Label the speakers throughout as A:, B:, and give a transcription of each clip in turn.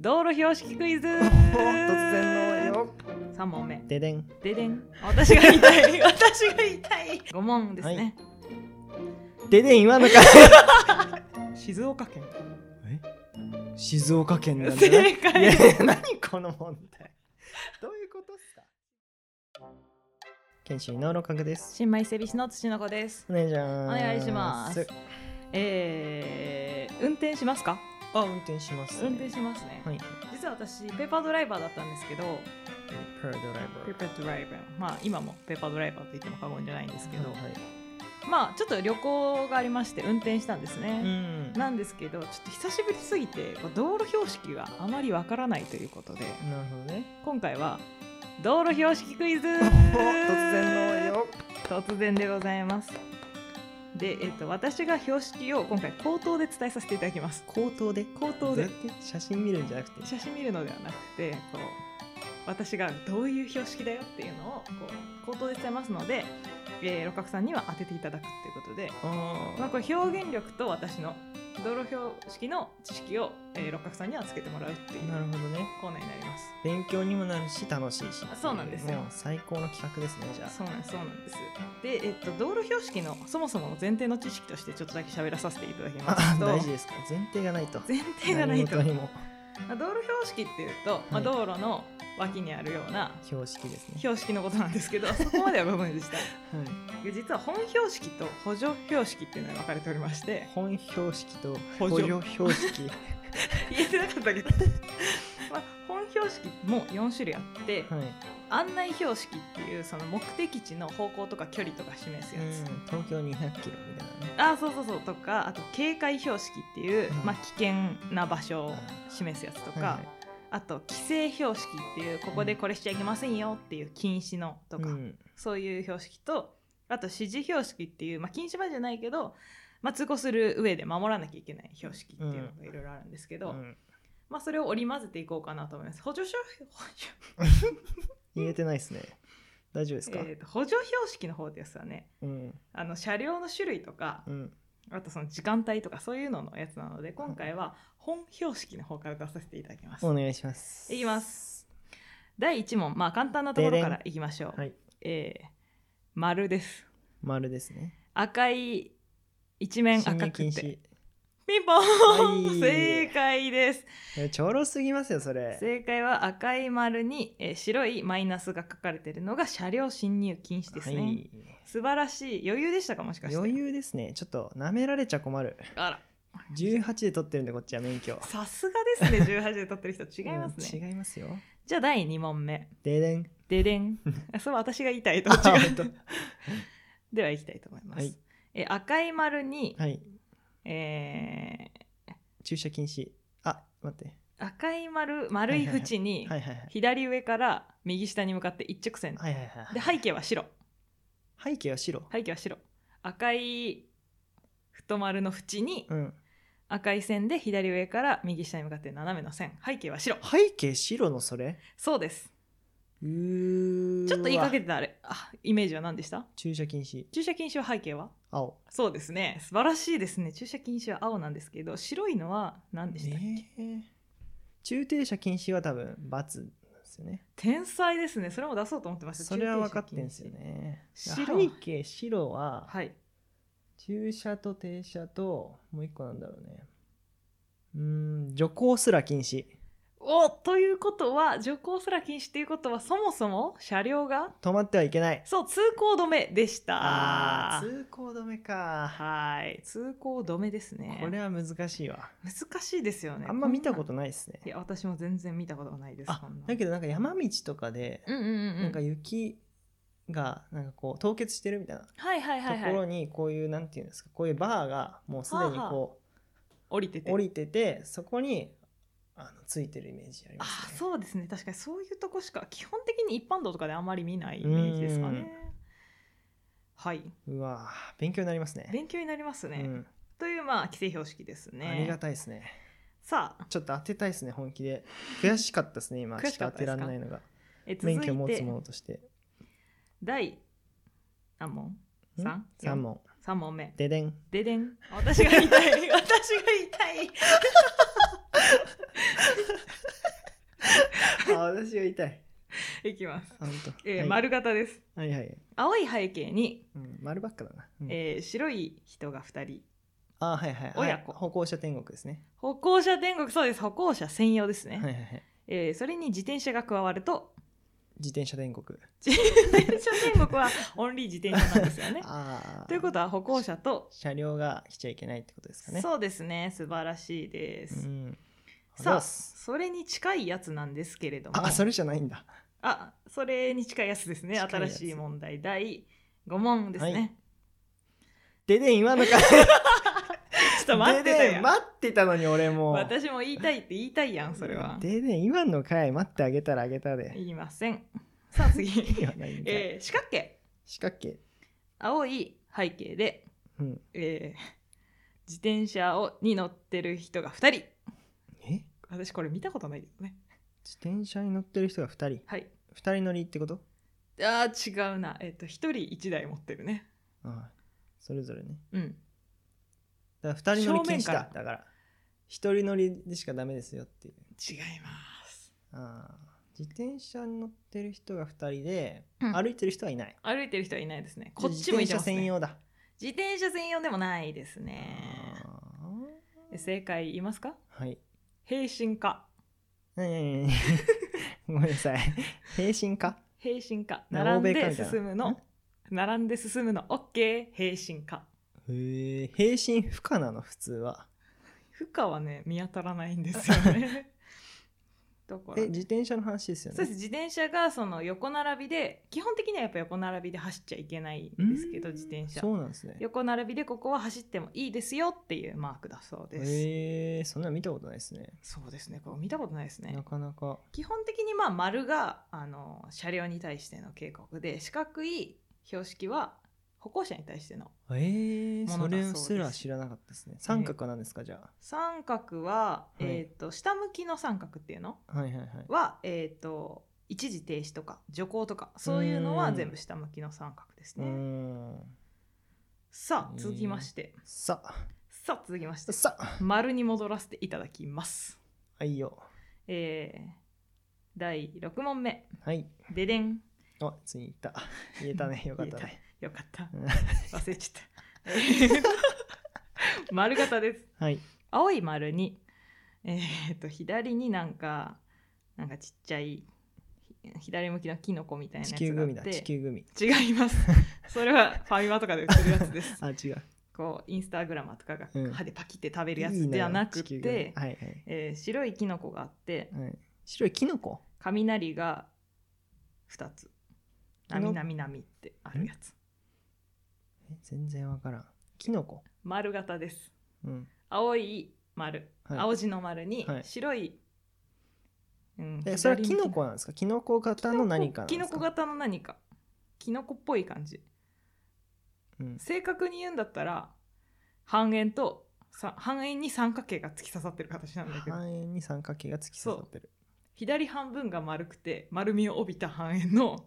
A: 道路標識クイズ
B: お突然のよ
A: 3問目
B: ででん
A: ででんあ私が言いたい 私が言いたい5問ですね、
B: ででん言わなかっ
A: 静岡県
B: た静岡県なんだな
A: 正
B: い
A: 解
B: や何この問題どういうことっすか研修医の六角です
A: 新米伊勢美市の土の子です
B: お願いします
A: お願いしますえー、運転しますか
B: あ運転します、
A: 運転しますね、
B: はい
A: 実は私ペーパードライバーだったんですけど
B: パラドライ
A: ペーパードライバーまあ今もペーパードライバーと言っても過言じゃないんですけ
B: バー
A: ど、
B: はい
A: まあちょっと旅行がありまして運転したんですね、
B: うんな
A: なんですけどちょっと久しぶりすぎてこう道路標識があまりわからないということで
B: るほどね
A: 今回は道路標識クイズ
B: お突然のよ
A: 突然でございますで、えっと私が標識を今回口頭で伝えさせていただきます
B: 口頭で
A: 口頭で
B: どうやって写真見るんじゃなくて
A: 写真見るのではなくてこう私がどういう標識だよっていうのをこう口頭で伝えますので、えー、六角さんには当てていただくということで、
B: あ
A: まあ、これ表現力と私の道路標識の知識を、えー、六角さんにはつけてもらうっていう
B: なるほどね
A: コーナーになります
B: 勉強にもなるし楽しいし
A: あそうなんですよ
B: もう最高の企画ですねじゃあ
A: そうなんですそうなんですで、えっと、道路標識のそもそもの前提の知識としてちょっとだけ喋らさせていただきま
B: あ
A: すと
B: 大事ですか前提がないと
A: 前提がないと
B: 何事にも
A: まあ道路標識っていうと、まあ、
B: はい
A: 道路の脇にあるような
B: 標識ですね
A: 標識のことなんです けど、そこまでは部分でした
B: はい
A: で実は本標識と補助標識っていうのが分かれておりまして
B: 本標識と
A: 補
B: 補
A: 助
B: 助標 識
A: 言えてなかったけ ど、まあ、本標識も4種類あって、
B: はい
A: 案内標識っていうその目的地の方向とか距離とか示すやつ、
B: うん東京2 0 0キロみたいなね
A: あそうそうそうとかあと警戒標識っていう、
B: うん
A: まあ、危険な場所を示すやつとか、
B: はい
A: あと規制標識っていうここでこれしちゃいけませんよっていう禁止のとか、
B: うん
A: そういう標識とあと指示標識っていう、まあ、禁止場じゃないけど、まあ、通行する上で守らなきゃいけない標識っていうのがいろいろあるんですけど、
B: うん
A: まあ、それを織り交ぜていこうかなと思います補助標補助
B: 言えてないですね大丈夫ですか
A: えーと補助標識の方ですはね
B: うん
A: あの車両の種類とか
B: うん
A: あとその時間帯とかそういうののやつなので今回は本標識の方から出させていただきます
B: お願いします
A: いきます第1問まあ簡単なところからいきましょう、
B: はい
A: えー丸です
B: 丸ですね
A: 赤い一面赤く
B: 進入
A: て
B: 禁
A: ピンポーン、
B: はい
A: 正解です
B: 止えちょろすぎますよそれ
A: 正解は赤い丸に、えー白いマイナスが書かれているのが車両進入禁止ですね、
B: はい
A: 素晴らしい余裕でしたかもしかして
B: 余裕ですねちょっとなめられちゃ困る
A: あら
B: 18で取ってるんでこっちは免許
A: さすがですね18で撮ってる人違いますね、
B: うん違いますよ
A: じゃあ第2問目
B: ででん
A: ででん それは私が言いたいと
B: あ
A: 違
B: 本当
A: うではいきたいと思います、
B: はい
A: え赤い丸に、
B: はい
A: え
B: 駐車禁止あ待って
A: ー赤い丸丸い縁に、
B: はいはいはい
A: 左上から右下に向かって一直線、
B: はいはいはい
A: で背景は白
B: 背景は白
A: 背景は白赤い太丸の縁に
B: うん
A: 赤い線で左上から右下に向かって斜めの線背景は白
B: 背景白のそれ
A: そうです
B: うーわ
A: ちょっと言いかけてたあれあイメージは何でした
B: 駐車禁止
A: 駐車禁止は背景は
B: 青
A: そうですね素晴らしいですね駐車禁止は青なんですけど白いのは何でしたっけ、
B: ねえ駐停車禁止は多分×ですよね
A: 天才ですねそれも出そうと思ってました
B: それ
A: 駐
B: は
A: 停
B: 分
A: 車
B: かって
A: 禁止
B: んですよね背
A: 白
B: 景白は
A: はい
B: 駐車と停車ともう一個なんだろうねうーん徐行すら禁止
A: おということは徐行すら禁止ということはそもそも車両が
B: 止まってはいけない
A: そう通行止めでした
B: あー通行止めか
A: はい通行止めですね
B: これは難しいわ
A: 難しいですよね
B: あんま見たこ
A: ん
B: とないですね
A: ないや私も全然見たことがないです
B: あ
A: こんな
B: だけどなんか山道とかで
A: うんうんうん
B: なんか雪がなんかこう凍結してるみたいな
A: はいはいはい
B: とこ
A: は
B: ろ
A: い
B: にこういうなんていうんですかこういうバーがもうすでに
A: はあ
B: こ
A: 降りて
B: う
A: て
B: 降りててそこにあのついてるイメージありま
A: あ
B: す
A: ー
B: ね。
A: そうですね確かにそういうとこしか基本的に一般道とかであんまり見ないイメージですか
B: うん
A: ねはいう
B: わー勉強になりますね。
A: 勉強になりますね、
B: うん
A: というまあ規制標識ですね
B: ありがたいですね。
A: さあ
B: ちょっと当てたいですね本気で悔しかったですね今
A: 悔
B: ちょ
A: し
B: っ
A: かった
B: と当
A: で
B: て
A: すから
B: れないのが
A: え続い
B: 免
A: て
B: 許持つ者として
A: 第何問
B: ん
A: 三
B: 三問
A: 3問目
B: ででん
A: ででん私が言いたい私が言いたい
B: あ私が痛い
A: いきます、
B: あ本当
A: えー
B: はい、
A: 丸型です
B: はいはい、
A: 青い背景に、
B: うん、丸ばっかだな、うん
A: えー白い人が2人
B: あはいはいはい
A: 親子
B: 歩行者天国ですね
A: 歩行者天国そうです歩行者専用ですね、
B: はいはいはい
A: えーそれに自転車が加わると
B: 自転車天国
A: 自転車天国 はオンリー自転車なんですよね
B: ああ
A: ということは歩行者と
B: 車両が来ちゃいけないってことですかね
A: そうですね素晴らしいです、
B: ん、
A: さあ
B: あ
A: それに近いやつなんですけれども
B: あそれじゃないんだ
A: あそれに近いやつですね
B: 近い
A: 新
B: やつ
A: しい問題第5問ですね、
B: はいででん言わなかった
A: ちょっと待ってた
B: でで
A: よ
B: ん待ってたのに俺も
A: 私も言いたいって言いたいやんそれは
B: ででん言わんのかい待ってあげたらあげたで
A: 言いま せんさあ次、
B: 言わないんだ、
A: えー四角形
B: 四角形
A: 青い背景で、
B: うん
A: えー自転車をに乗ってる人が2人
B: え
A: 私これ見たことないけどね
B: 自転車に乗ってる人が2人
A: はい
B: 2人乗りってこと
A: あー違うなえっ、と1人1台持ってるね
B: ああそれぞれね
A: うん
B: だから2人乗り禁止
A: 正面
B: だ
A: か
B: だから1人乗りでしかダメですよっていう
A: 違います
B: ああ自転車に乗ってる人が2人で、
A: うん
B: 歩いてる人はいない
A: 歩いてる人はいないですねこっち向いてます
B: 自転車専
A: ね
B: 用だ、
A: 自転車専用でもないですね
B: あ
A: え正解言いますか
B: あはい
A: 平身化
B: なになになに ごめんなさい平身か
A: 平身化
B: な
A: 並
B: 欧
A: ん
B: 米か
A: で
B: みたいな
A: 進むの並んで進むの OK 平身化
B: へえ平身不可なの普通は
A: 負荷はね見当たらないんですよ ねだから
B: え自転車の話ですよね
A: そうです自転車がその横並びで基本的にはやっぱ横並びで走っちゃいけないんですけど
B: うーん
A: 自転車
B: そうなんですね
A: 横並びでここは走ってもいいですよっていうマークだそうです、
B: へえそんなの見たことないですね
A: そうですねこれ見たことないですね
B: なかなか
A: 基本的にまあ丸があの車両に対しての警告で四角い標識は歩行者に対しての
B: ええ
A: も
B: そ
A: のだそうで
B: れ
A: す
B: すら知らなかったですね三角は何ですかじゃあ
A: 三角は、
B: い
A: えー、と下向きの三角っていうの
B: はいはいはい
A: は、えー、と一時停止とか徐行とかそういうの
B: う
A: は
B: ん
A: 全部下向きの三角です
B: うー
A: ね
B: ん
A: さ
B: う
A: あ
B: ん
A: 続きまして
B: さあ
A: さあ続きまして
B: さあ
A: 丸に戻らせていただきます
B: はいよ
A: えー、第6問目
B: はい
A: ででん
B: あついに言った言え たねよかったね
A: よかった
B: うん
A: 忘れちゃった 丸型です
B: はい
A: 青い丸にえー、と左になんかなんかちっちゃいひ左向きのキノコみたいなや
B: 地
A: つ
B: 球
A: があっ
B: 組だ
A: て
B: 地球組
A: 違いますそれはファミマとかで売ってるやつです
B: あ違う
A: こうインスタグラマーとかが
B: うん
A: 歯でパキって食べるや
B: いい
A: つ
B: ね
A: ではなくて、
B: 地球組はいはい
A: えー白いキノコがあって
B: はい白いキノコ
A: 雷が2つ「な
B: キノ
A: みなみなみ」ってあるやつ
B: え全然わからんキノコ
A: 丸型です
B: うん
A: 青い丸、
B: はい
A: 青字の丸に
B: はい
A: 白い、うん
B: えそれは
A: 左
B: キ
A: 向き
B: ノコなんですかキノコ型の何かなんで
A: キ
B: すか
A: ノコ型の何かキノコっぽい感じ
B: うん
A: 正確に言うんだったら半円とさ半円に三角形が突き刺さってる形なんだけど
B: 半円に三角形が突き刺さってる
A: 左半分が丸くて丸みを帯びた半円の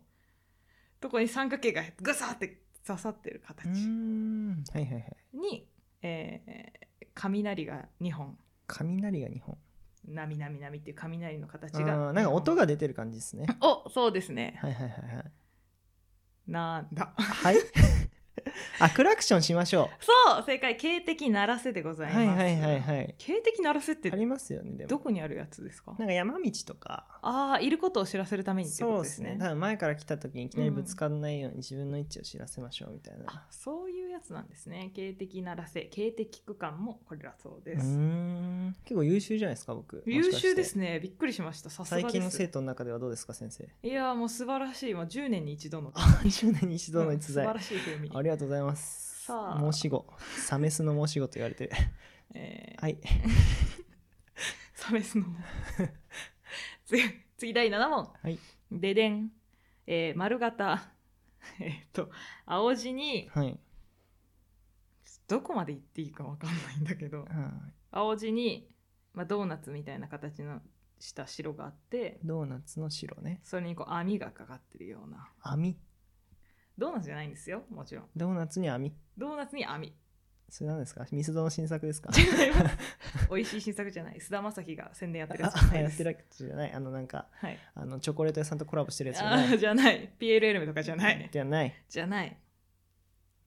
A: とこに三角形がグサって刺さってる
B: うー
A: 形
B: んはいはいはい
A: に、えー雷が2本
B: 雷が2本
A: なみなみなみっていう雷の形
B: あ
A: が
B: ーなんか音が出てる感じですね
A: おそうですね
B: はいはいはいはい
A: なんだ
B: はい あクラクションしましょ
A: そう正解警笛鳴らせでご
B: う
A: ざい
B: は
A: ま
B: い
A: す
B: はいはいはい
A: 警笛鳴らせって
B: ありますよねでも
A: どこにあるやつですか
B: なんか山道とか
A: ああいることを知らせるためにってこ
B: そ
A: とで
B: うですす
A: ね
B: ね多分前から来た時にいきなりぶつかんないように自分の位置を知らせましょうみたい
A: あ
B: な
A: そういうやつなんですね警笛鳴らせ警笛区間もこれだそう
B: う
A: で
B: ー
A: す、
B: ん結構優秀じゃないですか僕
A: 優秀で
B: ね
A: すねびっくりしましたさすが
B: 最
A: です
B: 近の生徒の中ではどうですか先 生
A: いやーもう素晴らしいもう10年に一度の
B: 10年に一度の
A: うん
B: 逸
A: 素
B: 材
A: 晴らしい風味
B: ありがとうございます
A: さあ
B: 申し子サメスの申し子と言われ てる
A: えー
B: はい
A: サメスの 次次第7問
B: はい
A: ででん、えー丸型 えーっと青字に
B: はい
A: どこまで行っていいかわかんないんだけど
B: うん
A: 青字に、まあ、ドーナツみたいな形のした白があって
B: ドーナツの白ね
A: それにこう網がかかってるような
B: 網
A: ドーナツじゃないんですよもちろん
B: ドーナツに網
A: ドーナツに網
B: それなんですかミスドの新作ですか
A: 違います。美味しい新作じゃない。菅田将暉が宣伝やってるやつじゃ
B: あ
A: ないで
B: やって
A: す。
B: るやつじゃないあのなんか
A: はい。
B: あのチョコレート屋さんとコラボしてるやつじゃ
A: あ
B: ない
A: ーじゃない。PLL とかじゃない。
B: じゃない
A: じゃない。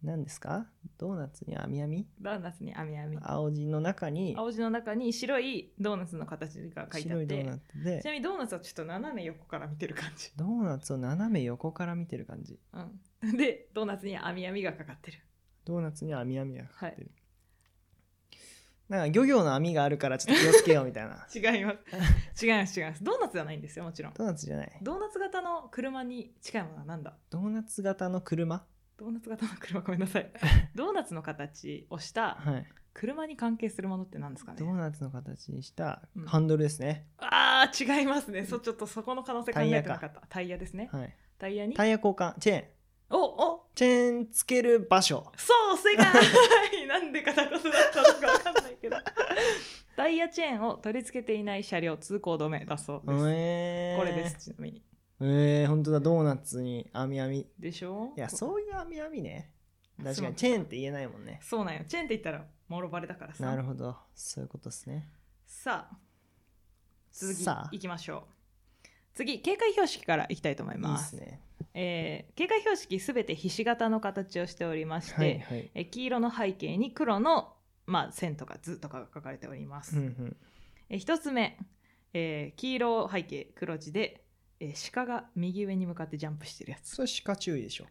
B: 何ですかドーナツに網網
A: ドーナツにあみあみ。
B: 青地の中に
A: 青字の中に白いドーナツの形が書いてあ
B: 白
A: っ
B: いドーナ
A: て。
B: ツ
A: ちな
B: で
A: みにドーナツはちょっと斜め横から見てる感じ。
B: ドーナツを斜め横から見てる感じ
A: うん、 で、ドーナツにあみあみがかかってる。
B: ドーナツには網網がかかってる、なんか漁業の網があるからちょっと気をつけようみたいな
A: 違います。違います、違います。ドーナツじゃないんですよ、もちろん。
B: ドーナツじゃない
A: ドーナツ型の車に近いものはなんだ
B: ドーナツ型の車
A: ドーナツ型の車、ごめんなさ い。ドーナツの形をした
B: はい
A: 車に関係するものって何ですかね
B: ドーナツの形にした
A: うん
B: ハンドルですね、
A: あー違いますね。そちょっとそこの可能性考えてなかった。タイヤですね。
B: はい
A: タイヤに。
B: タイヤ交換チェーン
A: おお
B: チェーンつける場所
A: そう正解なんで片言だったのかわかんないけど。タイヤチェーンを取り付けていない車両通行止めだそうです。
B: えー、
A: これですちなみに。
B: えー、本当だドーナツに網網い
A: でしょ
B: やそういう網網ね確か
A: そう
B: にチェーンって言えないもんね
A: そうなんよ。チェーンって言ったらもろバレだからさ。
B: なるほどそういうことですね
A: さあ続き
B: さあ
A: 行きましょう。次警戒標識からいきたいと思い
B: いい
A: ま。
B: ですすね
A: えー警戒標識すべてひし形の形をしておりまして、
B: はいはい
A: えー黄色の背景に黒の、まあ、線とか図とかが書かれておりま
B: う
A: す。
B: んうん
A: えー一つ目、えー黄色背景黒字で、えー鹿が右上に向かってジャンプしてるやつ。
B: それ鹿注意でしょ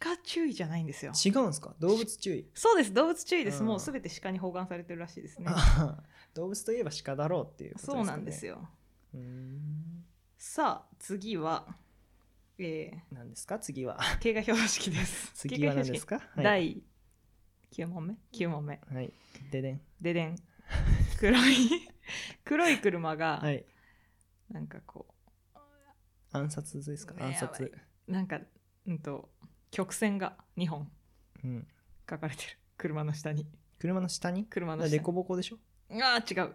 A: 鹿注意じゃないんですよ。
B: 違うんですか動物注意
A: そうです動物注意です、
B: うん
A: もうすべて鹿に包含されてるらしいですね。
B: あ動物といえば鹿だろうっていうことです
A: そ
B: か、ね、
A: うなんです
B: よ
A: よ。
B: うーん
A: さあ次は、え
B: 何ですか次 は
A: ー警戒標識です。
B: 次は
A: 警戒
B: 何
A: 標
B: で
A: 識
B: すかはい、
A: 第9問目9問目
B: はい、ででん
A: ででん黒い 黒い車が
B: はい
A: なんかこ
B: 暗殺ですか
A: ね
B: 暗
A: や
B: 殺
A: うなんかうんと曲線が2本
B: うん
A: 書かれてる車の下に
B: 車の下に
A: 車の
B: で
A: 下
B: こぼこでしょ
A: にああ違う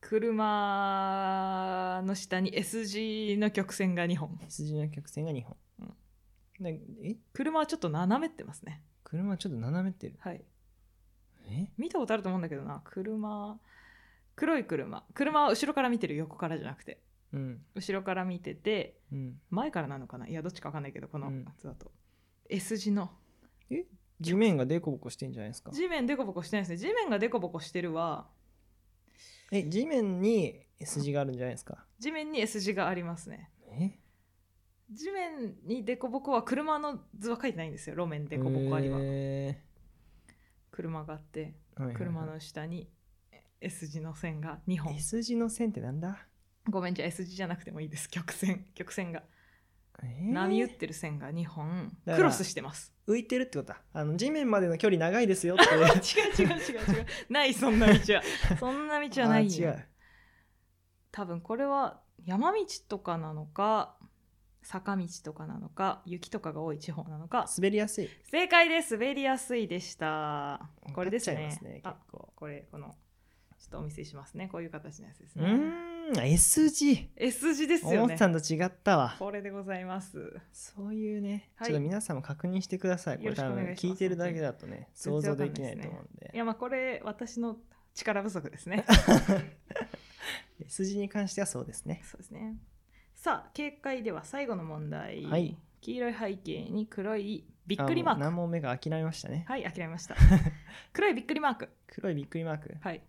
A: 車の下に S 字の曲線が2本
B: 羊の曲線が2本、でえ
A: 車はちょっと斜めってますね
B: 車ちょっと斜めってる
A: はい
B: え
A: 見たことあると思うんだけどな車黒い車車は後ろから見てる横からじゃなくて
B: うん
A: 後ろから見てて
B: うん
A: 前からなのかないやどっちかわかんないけどこの
B: うん
A: やつだと、S 字の
B: 地面がでこぼこしてんじゃないですか
A: 地面でこぼこしてないですね地面がでこぼこしてるは
B: え地面に筋があるんじゃないですか
A: 地面に S 字がありますね
B: え
A: 地面にでこぼこは車の図は書いてないんですよ路面でこぼこありは
B: え
A: 車があって
B: ーはいはいはい
A: 車の下に S 字の線が2本
B: S 字の線ってなんだ
A: ごめんじゃあ S 字じゃなくてもいいです曲線曲線が
B: えー
A: 波打ってる線が2本
B: だから
A: クロスしてます
B: 浮いてるってことだあの地面までの距離長いですよって違 う
A: 違う違う違う違うないそんな道 はそんな道はない
B: 違
A: よ
B: う
A: 多分これは山道とかなのか坂道とかなのか雪とかが多い地方なのか
B: 滑りやすい
A: 正解です滑りやすいでしたこれです
B: わか
A: ね
B: っちゃいますね
A: あ
B: 結構
A: これこのちょっとお見せしますねこういう形のやつです
B: う
A: ね
B: ーん S 字
A: S 字です
B: 思
A: よ
B: っ
A: ね
B: てたのと違ったわ
A: これでございます
B: そういうね、
A: はい
B: ちょっと皆さんも確認してくださいこ
A: よろ
B: れ
A: しくお
B: 多
A: 願いし
B: 分
A: ます
B: 聞いてるだけだとね想
A: 本当に
B: 像できないと思うん
A: い
B: で
A: やまあこれ私の力不足 ですね
B: S 字に関してはそうですね
A: そうですねさあ警戒では最後の問題、
B: はい
A: 黄色い背景に黒いびっくりマー
B: あもう
A: ク
B: 何問目か諦めましたね、
A: はい諦め ました黒いびっくりマーク
B: 黒いびっくりマーク
A: はい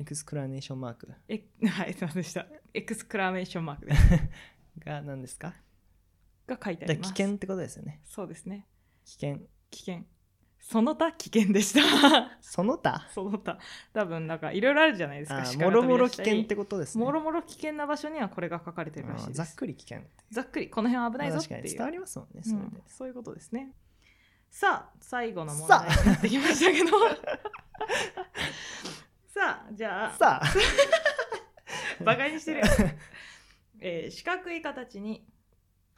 B: エクスクラネーションマーク
A: え はいすいませんでしたエクスクラメーションマークです
B: が何ですか
A: が書いてあ
B: だ
A: り
B: か
A: ま
B: ら
A: す
B: 危険ってことですよね
A: そうですね
B: 危険
A: 危険その他危険でした
B: その他
A: その他多分なんかいろいろあるじゃないです
B: あ
A: か
B: もろもろ危険っ
A: と
B: てことですね
A: もろもろ危険な場所にはこれが書かれてるらし
B: あ
A: い
B: ー
A: で
B: ざっ
A: す
B: くり危険
A: ざっくりこの辺は危ない
B: まあ
A: ぞっ
B: 確
A: て
B: かに
A: いう、
B: 伝わりますもんね
A: う
B: それで、
A: ん、そういうことですねさあ最後の問
B: さ
A: 題
B: あ
A: になってきましたけど さあじゃあ
B: さあ
A: バカにしてるよ、 えー四角い形に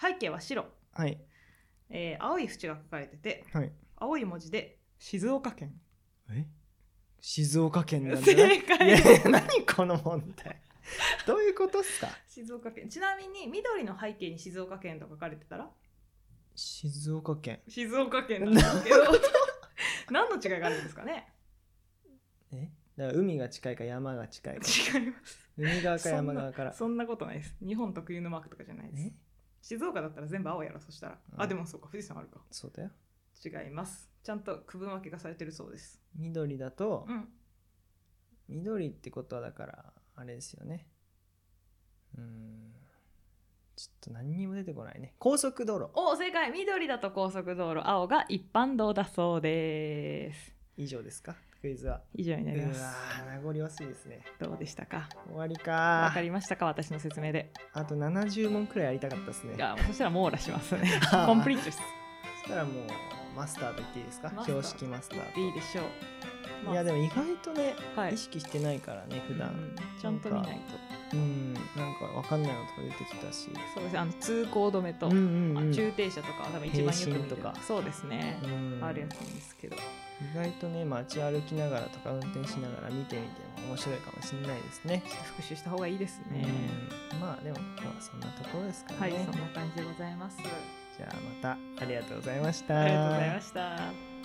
A: 背景は白
B: はい
A: えー青い縁が書かれてて
B: はい
A: 青い文字で静岡県
B: え静岡県なんじゃない
A: 正
B: いやい
A: 解
B: や何この問題どういうことっすか
A: 静岡県ちなみに緑の背景に静岡県と書かれてたら
B: 静岡県
A: 静岡県なんですけど 何の違いがあるんですかね
B: えだから海が近いか山が近いか
A: 違います
B: 海側か
A: そんな
B: 山側から
A: そんなことないです日本特有のマークとかじゃないです
B: え
A: 静岡だったら全部青やろそしたら
B: う
A: あ
B: ん
A: でもそうか富士山あるか
B: そうだよ
A: 違いますちゃんと区分分けがされてるそうです
B: 緑だと
A: うん
B: 緑ってことはだからあれですよねうーんちょっと何にも出てこないね高速道路
A: お正解緑だと高速道路青が一般道だそうです
B: 以上ですかクイズは
A: 以上に
B: う
A: な
B: わ
A: ります
B: ー名残惜しいですね
A: どうでしたか
B: 終わり
A: わ
B: か
A: かりましたか私の説明で
B: あと70問くらいやりたかったですね
A: いやそしたら網羅し ますね
B: あー
A: コンプリートです
B: そしたらもうマスターと言っていいですか
A: マスター
B: 標識マスターと
A: いいでしょう、まあ
B: いやでも意外とね、
A: はい
B: 意識してないからね普
A: う
B: 段
A: んちゃんと見ないと
B: うんなんかわかんないのとか出てきたし
A: そうですあの通行止めと、
B: うんうんうん
A: あ駐停車とかは多分一番よく見る
B: 停止とか
A: そうですね、
B: うん
A: あるやつなんですけど
B: 意外とね街歩きながらとか運転しながら見てみても面白いかもしれないですね
A: 復習した方がいいですね、
B: うんまあでも今日はそんなところですかね、
A: はいそんな感じでございます
B: じゃあまたありがとうございました
A: ありがとうございました